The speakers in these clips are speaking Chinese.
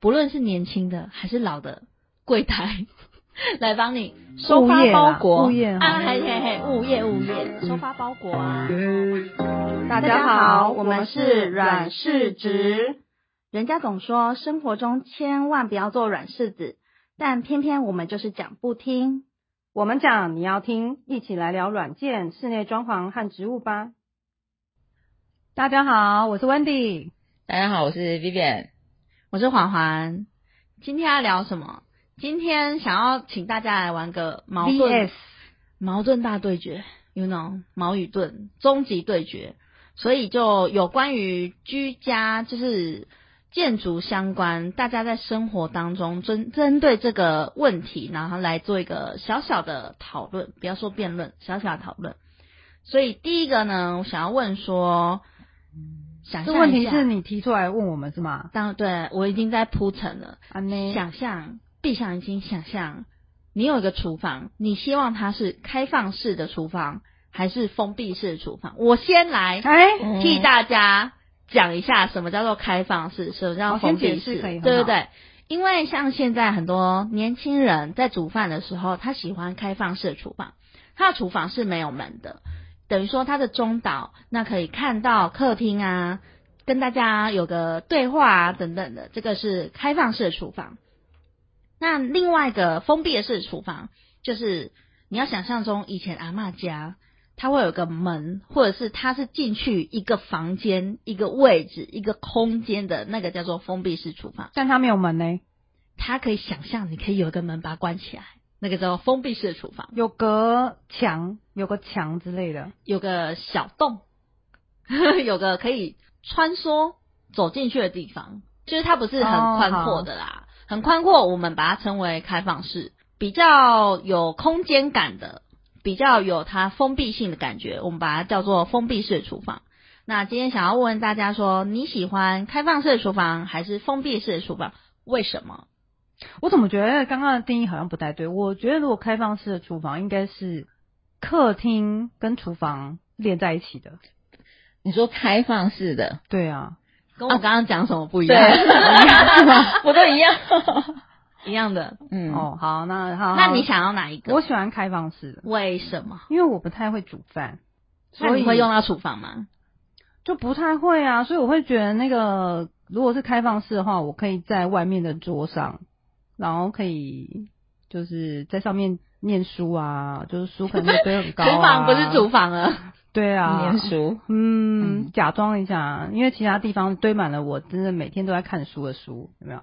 不论是年轻的还是老的柜台， 来帮你收物发业包啦裹物业啊，哈嘿嘿嘿，物业物业收发包裹啊。大家好，嗯我们是软柿子。人家总说生活中千万不要做软柿子，但偏偏我们就是讲不听。我们讲你要听，一起来聊软件、室内装潢和植物吧。大家好，我是 Wendy，大家好，我是 Vivian。我是环环，今天要聊什么？今天想要请大家来玩个矛盾 VS 矛盾大对决，you know，矛与盾终极对决。所以就有关于居家，就是建筑相关，大家在生活当中针针对这个问题，然后来做一个小小的讨论，不要说辩论，小小的讨论。所以第一个呢，我想要问说，想这象问一题下是你提出来问我们是吗？当对我已经在铺陈了。安妮，想象，闭上眼睛想象，你有一个厨房，你希望它是开放式的厨房还是封闭式的厨房？我先来哎，替大家讲一下什么叫做开放式，什么叫哦封闭先解式，释可以对很好对对。因为像现在很多年轻人在煮饭的时候，他喜欢开放式的厨房，他的厨房是没有门的，等于说他的中岛那可以看到客厅啊，跟大家有个对话啊等等的，这个是开放式的厨房。那另外一个封闭的式厨房，就是你要想象中以前阿嬷家，它会有个门，或者是它是进去一个房间、一个位置、一个空间的那个叫做封闭式厨房。但他没有门呢，它可以想象，你可以有一个门把它关起来，那个叫做封闭式厨房，有隔墙，有个墙之类的。有个小洞， 有个可以穿梭走进去的地方，就是它不是很哦宽阔的啦，很宽阔，我们把它称为开放式，比较有空间感的，比较有它封闭性的感觉，我们把它叫做封闭式的厨房。那今天想要问问大家说，你喜欢开放式的厨房还是封闭式的厨房？为什么？我怎么觉得刚刚的定义好像不太对？我觉得如果开放式的厨房应该是客厅跟厨房连在一起的。你说开放式的，对啊，跟我刚刚讲什么不一对样？， 我都一样。一样的。嗯，哦，好，那好，那你好想要哪一个？我喜欢开放式的，为什么？因为我不太会煮饭，那所以你会用到厨房吗？就不太会啊，所以我会觉得那个如果是开放式的话，我可以在外面的桌上，然后可以就是在上面念书啊，就是书可能就堆很 高、厨啊，房不是厨，房了，对啊，念书，嗯，假装一下，因为其他地方堆满了我真的每天都在看书的书，有没有？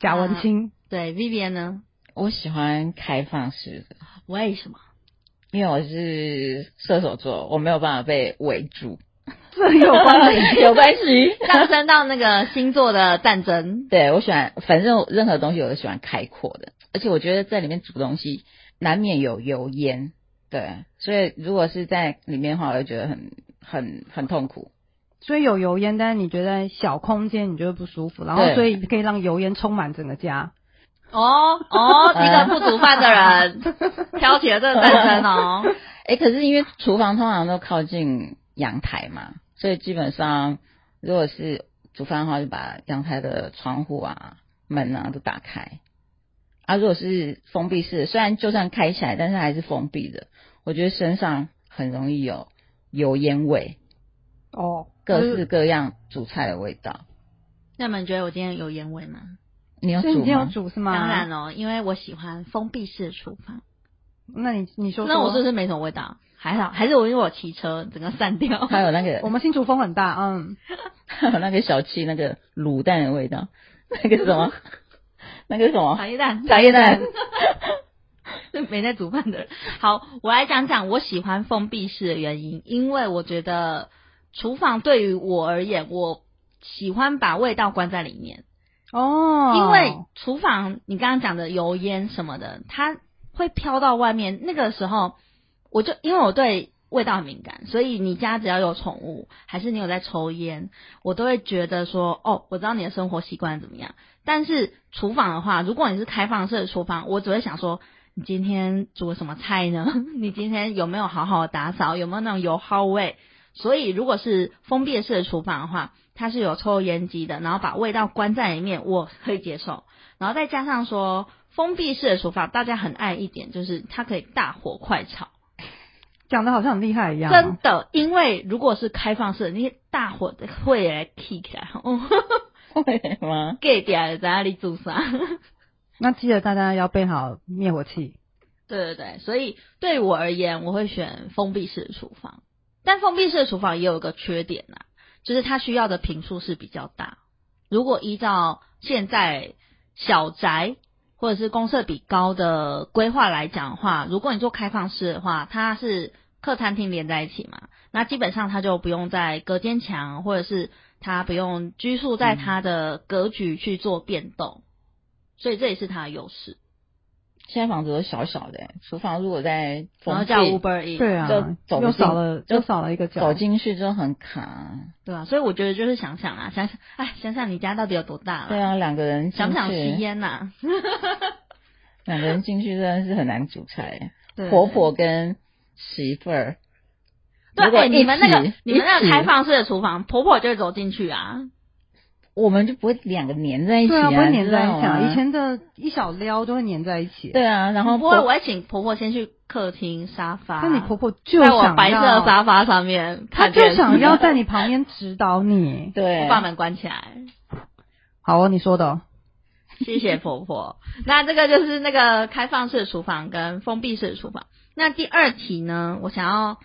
贾文清，对，Vivian 呢？我喜欢开放式的，为什么？因为我是射手座，我没有办法被围住，。这有关系 有关系。 上升到那个星座的战争， 对我喜欢，反正任何东西我都喜欢开阔的，而且我觉得在里面煮东西难免有油烟，对，所以如果是在里面的话，我就觉得很很很痛苦。所以有油烟，但是你觉得在小空间你觉得不舒服，然后对所以可以让油烟充满整个家。哦 哦，一个不煮饭的 人挑起了这个战争哦。哎、可是因为厨房通常都靠近阳台嘛，所以基本上如果是煮饭的话，就把阳台的窗户啊、门啊都打开。啊，如果是封闭式的，虽然就算开起来，但是还是封闭的，我觉得身上很容易有油烟味，哦，各就是式各样煮菜的味道。那你们觉得我今天有烟味吗？你有所以你煮今天有吗？煮是吗？当然哦，因为我喜欢封闭式的厨房。那你你说说，那我是不是没什么味道？还好，还是我因为我骑车整个散掉。 还有那个我们新竹风很大，嗯， 还有那个小气那个卤蛋的味道，那个什 么，那个什么 茶叶蛋，茶叶蛋， 没在煮饭的人。好，我来讲讲我喜欢封闭式的原因，因为我觉得厨房对于我而言，我喜欢把味道关在里面，哦，因为厨房你刚刚讲的油烟什么的，它会飘到外面。那个时候，我就因为我对味道很敏感，所以你家只要有宠物，还是你有在抽烟，我都会觉得说，哦，我知道你的生活习惯怎么样。但是厨房的话，如果你是开放式的厨房，我只会想说，你 今天煮了什么菜呢？你今天有没有好好地打扫？有没有那种油耗味？所以如果是封闭式的厨房的话，它是有抽油烟机的，然后把味道关在里面，我可以接受。然后再加上说封闭式的厨房，大家很爱一点，就是它可以大火快炒。讲的好像很厉害一样。啊真的，因为如果是开放式的，你大火的会来 k 起来，哦， 会吗？给点在那里煮啥？那记得大家要备好灭火器。对对对，所以对我而言，我会选封闭式的厨房。但封闭式的厨房也有一个缺点呐、就是它需要的平数是比较大。如果依照现在小宅或者是公设比高的规划来讲的话，如果你做开放式的话，它是客餐厅连在一起嘛，那基本上它就不用在隔间墙，或者是它不用拘束在它的格局去做变动，所以这也是它的优势。现在房子都小小的、厨房如果在然后封叫闭 Uber E，对啊就，走不又进少了就又少了一个角。走进去就很卡。对啊，所以我觉得就是想想啊，想想，哎，想想你家到底有多大了？对啊，两个人进想不想吸去，烟呐、两个人进去真的是很难煮菜。对婆婆跟媳妇儿，对，如果哎一你们那起个你们那一个起开放式的厨房，婆婆就会走进去啊。我们就不会两个黏在一起对啊，不会粘在一你起知道啊。吗以前的一小撩都会粘在一起。，对啊，然后不会，婆我会请婆婆先去客厅沙发，那你婆婆就啊在我想白色的要，沙发上面她看电就视，想要在你旁边指导你。对我把门关起来。好哦，你说的哦。谢谢婆婆。那这个就是那个开放式的厨房跟封闭式的厨房。那第二题呢，我想要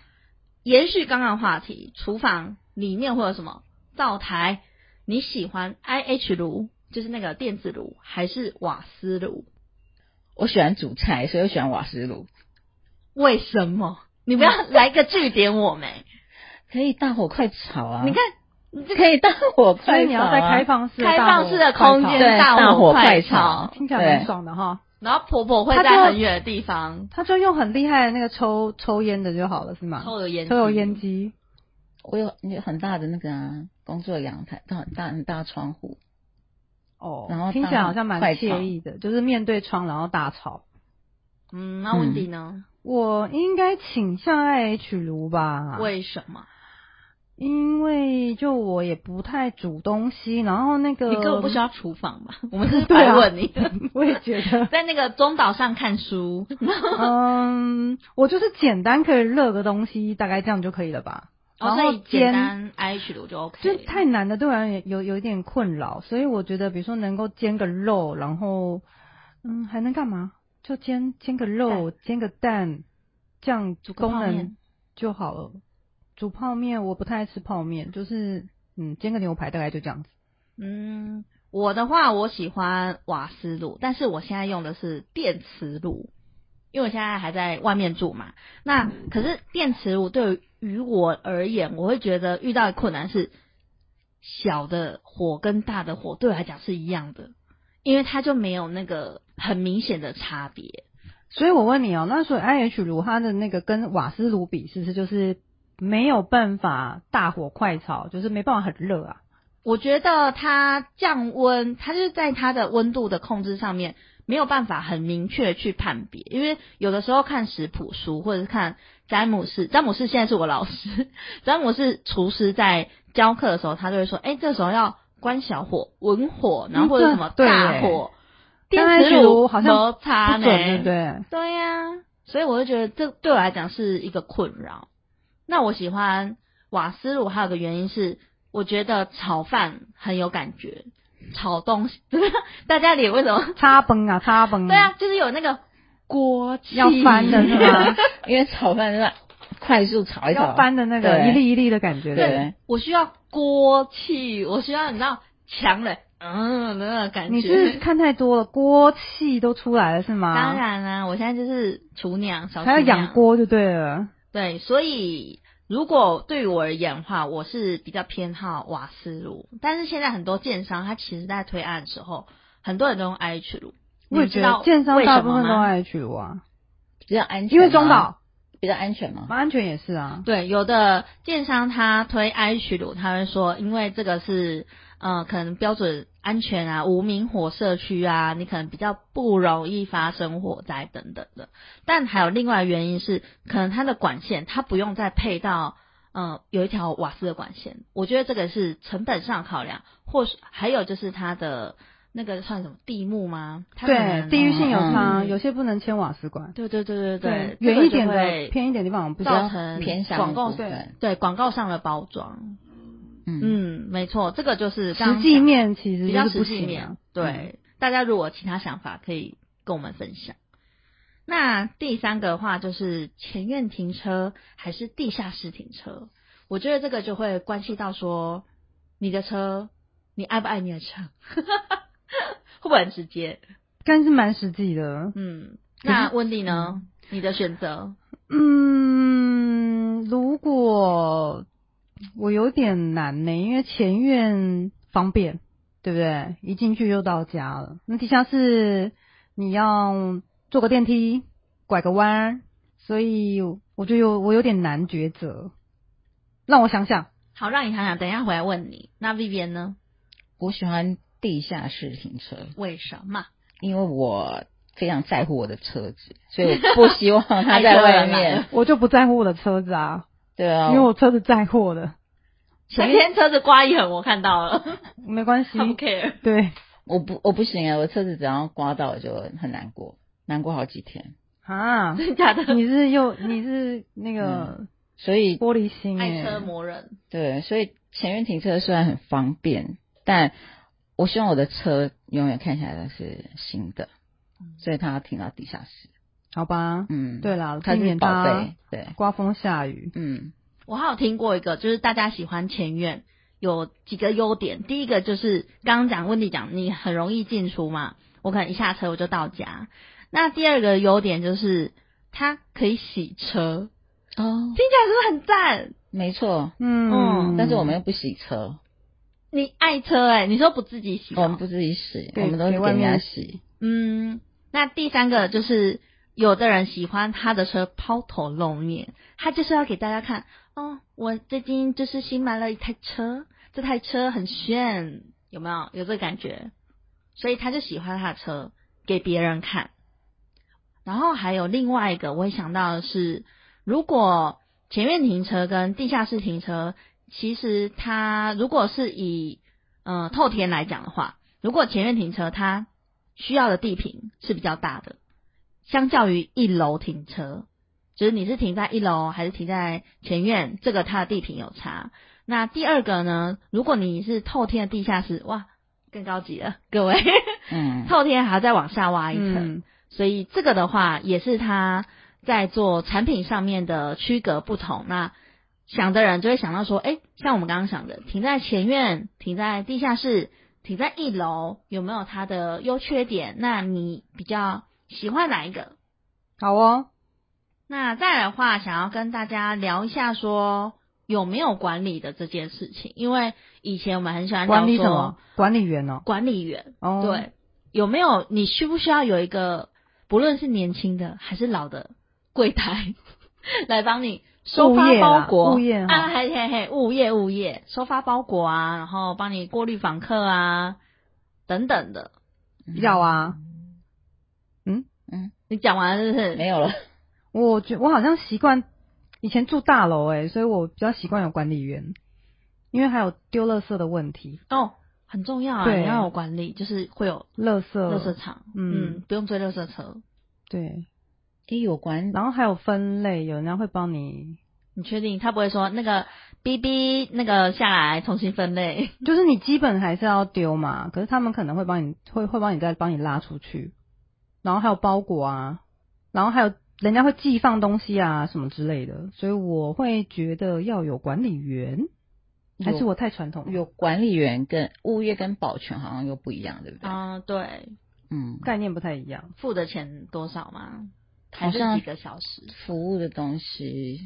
延续刚刚的话题，厨房里面会有什么？灶台，你喜欢 IH 炉，就是那个电子炉，还是瓦斯炉？我喜欢煮菜，所以我喜欢瓦斯炉，为什么？你不要来个据点我没？可以大火快炒啊！你看，可以大火快炒、啊，所以你要在开放式、开放式的空间对大火火快快炒炒听起来蛮爽的哈。然后婆婆会她就在很远的地方他就用很厉害的那个抽抽烟的就好了，是吗？抽油烟机，抽油烟机，我有有很大的那个啊，工作阳台，到很大很大窗户，哦，然后听起来好像蛮快炒惬意的，就是面对窗然后大吵。嗯，那问题呢？我应该倾向 IH 炉吧，为什么？因为就我也不太煮东西，然后那个你根本不需要厨房吧？我们是对啊白问你。，我也觉得在那个中岛上看书，嗯，我就是简单可以热个东西，大概这样就可以了吧。然 然后后哦简煎单 IH 的我就 OK。就是太难的，对我而言有有一点困扰，所以我觉得，比如说能够煎个肉，然后嗯，还能干嘛？就煎煎个肉，煎个蛋，这样个泡功面能就好了。煮泡面我不太爱吃泡面，就是嗯，煎个牛排大概就这样子。嗯，我的话我喜欢瓦斯炉，但是我现在用的是电磁炉，因为我现在还在外面住嘛。那嗯可是电磁炉对于我而言，我会觉得遇到的困难是小的火跟大的火对我来讲是一样的，因为它就没有那个很明显的差别。所以我问你哦，那所以 IH 炉它的那个跟瓦斯炉比，是不是就是没有办法大火快炒，就是没办法很热啊？我觉得它降温，它就是在它的温度的控制上面没有办法很明确去判别，因为有的时候看食谱书或者是看詹姆士，詹姆士现在是我老师，詹姆士厨师在教课的时候，他就会说，哎、这时候要关小火、文火，然后或者什么嗯对大耶火，但电磁 IH 炉好像摩擦不准，对呢不，对？对呀、所以我就觉得这对我来讲是一个困扰。那我喜欢瓦斯炉，还有个原因是，我觉得炒饭很有感觉，炒东西。 大家脸为什么？擦崩啊，擦崩！对啊，就是有那个锅气要翻的是 吗？ 因为炒饭就是快速炒一炒，要翻的那个对一粒一粒的感觉，对不对。对，我需要锅气，我需要你知道强人，嗯，那个感你是觉。看太多了，锅气都出来了是吗？当，然啦、我现在就是厨娘，小厨还要娘。养锅就对了。对，所以如果对于我而言的话，我是比较偏好瓦斯炉，但是现在很多建商他其实在推案的时候，很多人都用 IH 炉。我也你知觉道得建商为大什部么分都吗？爱去啊，比较安全吗，因为中岛比较安全嘛。安全也是啊。对，有的建商他推 IH 炉，他会说，因为这个是呃，可能标准安全啊，无明火社区啊，你可能比较不容易发生火灾等等的。但还有另外的原因是，可能它的管线它不用再配到呃，有一条瓦斯的管线，我觉得这个是成本上考量，或是还有就是它的那个算什么地目吗？它可对，能地域性有差，嗯有些不能迁瓦斯管。对对对对对，这远个一点就会的、偏一点的地方，我们不知造道。成偏向广告部分对对广告上的包装。嗯，嗯，没错，这个就是刚实刚际讲面其实比就较是不实际行面啊。。对，大家如果有其他想法可以跟我们分享。那第三个的话就是前院停车还是地下室停车？我觉得这个就会关系到说你的车，你爱不爱你的车， 会不会很直接？但是蛮实际的。嗯，那温迪呢？你的选择？嗯，如果我有点难呢、因为前院方便，对不对？一进去就到家了。那地下室你要坐个电梯，拐个弯，所以我就有我有点难抉择。让我想想，好，让你想想，等一下回来问你。那 Vivian 呢？我喜欢地下室停车，为什 么？因为我非常在乎我的车子，所 以我不希望它在爱车外人来面。我就不在乎我的车子啊，对啊，因为我车子载货的，那前面天车子刮一痕，我看到了， 没关 系他。不 care。对我不我不行啊，我车子只要刮到我就很难过，难过好几天。啊，真的 假的？你是又你是那个所以玻璃嗯心、爱欸，车魔人，对，所以前面停车虽然很方便，但我希望我的车永远看起来是新的，所以它要停到地下室。好吧，嗯，嗯对啦，它避是免宝它贝。对，刮风下雨。嗯，我还有听过一个，就是大家喜欢前院有几个优点。第一个就是刚刚讲温迪讲，你很容易进出嘛，我可能一下车我就到家。那第二个优点就是它可以洗车，哦听，起来是不是很赞？没错，嗯嗯，但是我们又不洗车，你爱车哎、你说不自己洗、哦，我们不自己洗，给我们都是给给外人家面洗。嗯，那第三个就是有的人喜欢他的车抛头露面，他就是要给大家看哦，我最近就是新买了一台车，这台车很炫，有没有？有这个感觉？所以他就喜欢他的车给别人看。然后还有另外一个，我也想到的是，如果前面停车跟地下室停车，其实它如果是以呃透天来讲的话，如果前面停车，它需要的地坪是比较大的，相较于一楼停车，就是你是停在一楼还是停在前院，这个它的地坪有差。那第二个呢，如果你是透天的地下室，哇，更高级了，各位，嗯， 透天还要再往下挖一层，嗯，所以这个的话也是他在做产品上面的区隔不同。那想的人就会想到说，哎，像我们刚刚想的，停在前院、停在地下室、停在一楼，有没有它的优缺点？那你比较喜欢哪一个？好哦，那再来的话，想要跟大家聊一下说有没有管理的这件事情，因为以前我们很喜欢聊管理什说么？管理员哦，管理员，哦，对，有没有你需不需要有一个，不论是年轻的还是老的柜台 来帮你收物发业啦包裹？物业哈啊，嘿嘿嘿，物业物业收发包裹啊，然后帮你过滤访客啊，等等的。要啊。嗯你讲完了是不哎是？没有了。我觉我好像习惯以前住大楼诶、所以我比较习惯有管理员，因为还有丢垃圾的问题，哦，很重要啊，对你要有管理，就是会有垃圾，垃圾场，嗯嗯，不用追垃圾车。对，诶，有关然后还有分类，有人家会帮你，你确定他不会说那个 B B 那个下来重新分类？就是你基本还是要丢嘛，可是他们可能会帮你，会会帮你再帮你拉出去，然后还有包裹啊，然后还有人家会寄放东西啊什么之类的，所以我会觉得要有管理员，还是有我太传统了，有管理员跟物业跟保全好像又不一样，对不啊嗯，对？对，嗯，概念不太一样，付的钱多少吗？还好是像几个小时？服务的东西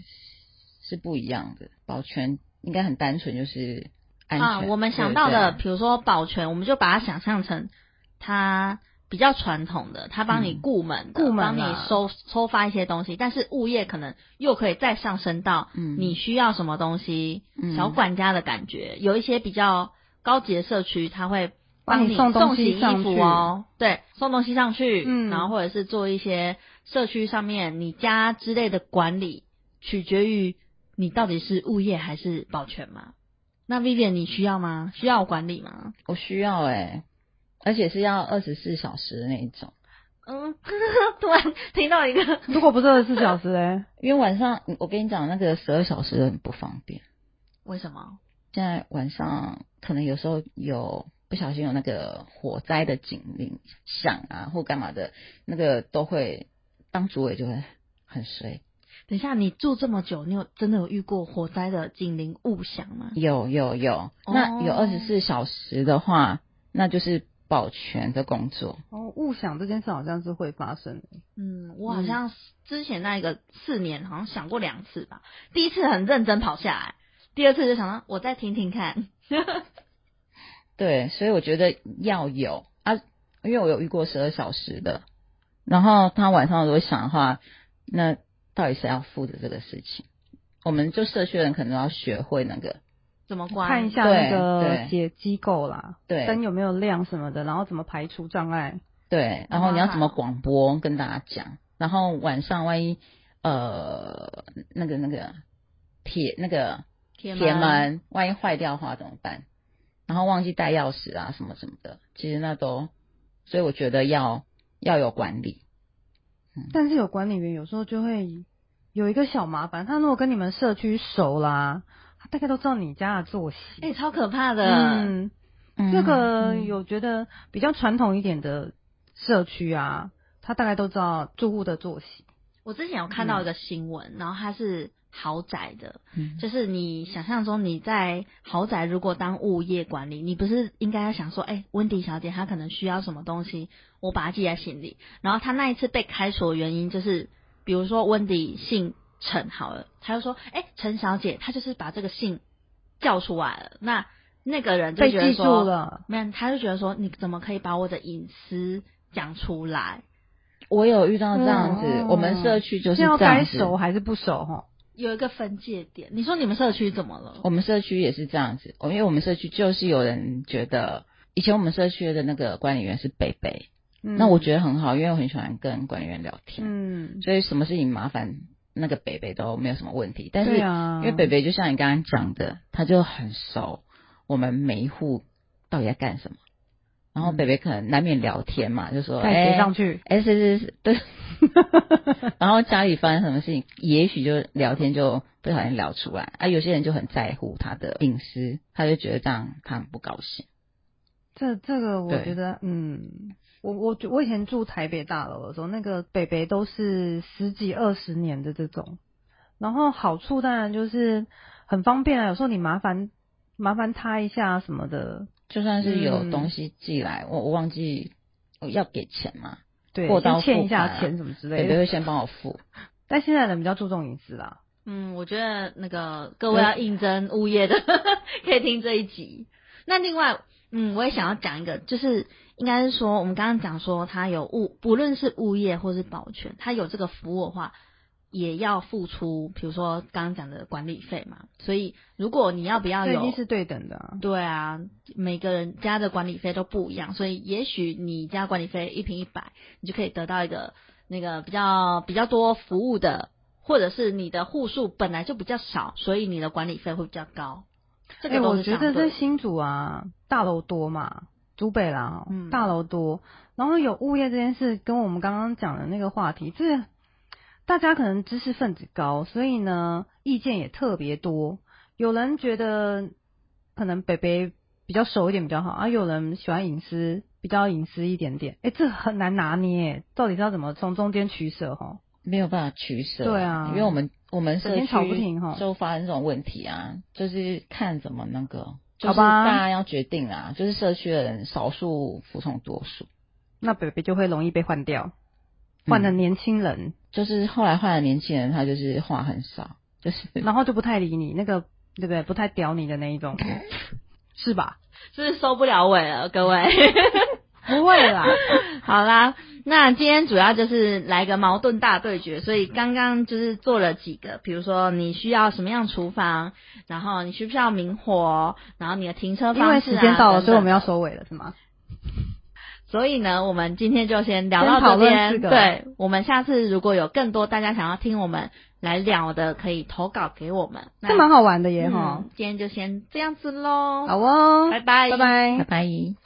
是不一样的，保全应该很单纯，就是安全。啊，我们想对到的，对啊比如说保全，我们就把它想象成它比较传统的，它帮你嗯顾门的，顾门帮你啦收收发一些东西，但是物业可能又可以再上升到嗯你需要什么东西，嗯小管家的感觉。有一些比较高级的社区，它会。帮帮你你送东送西洗衣上服去哦，对，送东西上去，嗯然后或者是做一些社区上面你家之类的管理，取决于你到底是物业还是保全嘛？那 Vivian 你需要吗？需要我管理吗？我需要哎、而且是要二十四小时的那一种，嗯， 突然听到一个，如果不是二十四小时 嘞，因为晚上我跟你讲那个十二小时很不方便。 为什么？现在晚上可能有时候有不小心有那个火灾的警铃响啊，或干嘛的，那个都会当主委就会很衰。等一下，你住这么久，你有真的有遇过火灾的警铃误响吗？有有有，那有哦二十四小时的话，那就是保全的工作。哦，误想这件事好像是会发生的。嗯，我好像之前那个四年好像想过两次吧，第一次很认真跑下来，第二次就想到我再听听看。对，所以我觉得要有啊，因为我有遇过十二小时的，然后他晚上如果想的话，那到底谁要负责这个事情？我们就社区人可能要学会那个，怎么关？看一下那对个对解机构啦，对灯有没有亮什么的，然后怎么排除障碍。对，然后你要怎么啊好广播跟大家讲，然后晚上万一呃那个那个铁那个铁铁门万一坏掉的话怎么办？然后忘记带钥匙啊什么什么的，其实那都，所以我觉得要要有管理。但是有管理员有时候就会有一个小麻烦，他如果跟你们社区熟啦，他大概都知道你家的作息。哎、超可怕的。嗯，嗯这个有觉得比较传统一点的社区啊，他大概都知道住户的作息。我之前有看到一个新闻，然后它是豪宅的，嗯就是你想象中你在豪宅如果当物业管理，你不是应该要想说，哎、温迪小姐她可能需要什么东西，我把它记在心里。然后她那一次被开除的原因就是，比如说温迪姓陈好了，她就说，哎、陈小姐，她就是把这个姓叫出来了，那那个人就被觉得记住说，了，没有，他就觉得说，你怎么可以把我的隐私讲出来？我有遇到这样子，嗯我们社区就是是要这样该子。熟还是不熟哈？有一个分界点。你说你们社区怎么了？哦我们社区也是这样子，我哦因为我们社区就是有人觉得，以前我们社区的那个管理员是北北，嗯那我觉得很好，因为我很喜欢跟管理员聊天，嗯，所以什么事情麻烦那个北北都没有什么问题。但是对啊，因为北北就像你刚刚讲的，他就很熟我们每一户到底在干什么，然后北北可能难免聊天嘛，就说盖哎写嗯上去，哎，是是是， 对。然后家里发生什么事情，也许就聊天就不小心聊出来啊。有些人就很在乎他的隐私，他就觉得这样他很不高兴。这这个我对觉得，嗯，我我我以前住台北大楼的时候，那个北北都是十几二十年的这种，然后好处当然就是很方便啊，有时候你麻烦麻烦他一下什么的，就算是有嗯东西寄来，我我忘记我要给钱嘛，对，货到先欠一付款下啊钱什么之类北北的。会先帮我付。但现在人比较注重隐私啦，嗯，我觉得那个各位要应征物业的， 可以听这一集。那另外，嗯，我也想要讲一个，就是应该是说，我们刚刚讲说，它有物，不论是物业或是保全，它有这个服务的话，也要付出，比如说刚刚讲的管理费嘛。所以，如果你要不要这一有定是对等的、啊。对啊，每个人家的管理费都不一样，所以也许你家管理费一平一百，你就可以得到一个那个比较比较多服务的，或者是你的户数本来就比较少，所以你的管理费会比较高。这哎个都我是觉相得对在的。新竹啊，大楼多嘛，竹北啦，嗯大楼多，然后有物业这件事，跟我们刚刚讲的那个话题，这大家可能知识分子高，所以呢，意见也特别多。有人觉得可能北北比较熟一点比较好，啊，有人喜欢隐私，比较隐私一点点，哎、这很难拿捏，到底是要怎么从中间取舍哈？没有办法取舍，对啊因为我们我们社整天区吵不停吼就发生这种问题啊，就是看怎么那个，就是好吧大家要决定啊，就是社区的人少数服从多数，那北北就会容易被换掉，换成嗯年轻人。就是后来换了年轻人，他就是话很少，就是然后就不太理你，那个对不对？不太屌你的那一 种，是吧？是不是收不了尾了，各位。 不会 啦，好啦，那今天主要就是来个矛盾大对决，所以刚刚就是做了几个，比如说你需要什么样厨房，然后你需不需要明火，然后你的停车因方为式、啊、时间到了，等等所以我们要收尾了，是吗？所以呢，我们今天就先聊先到讨这论边。这个对，我们下次如果有更多大家想要听我们来聊的，可以投稿给我们。那嗯这蛮好玩的耶哈嗯。今天就先这样子喽，好哦，拜拜，拜拜 拜拜。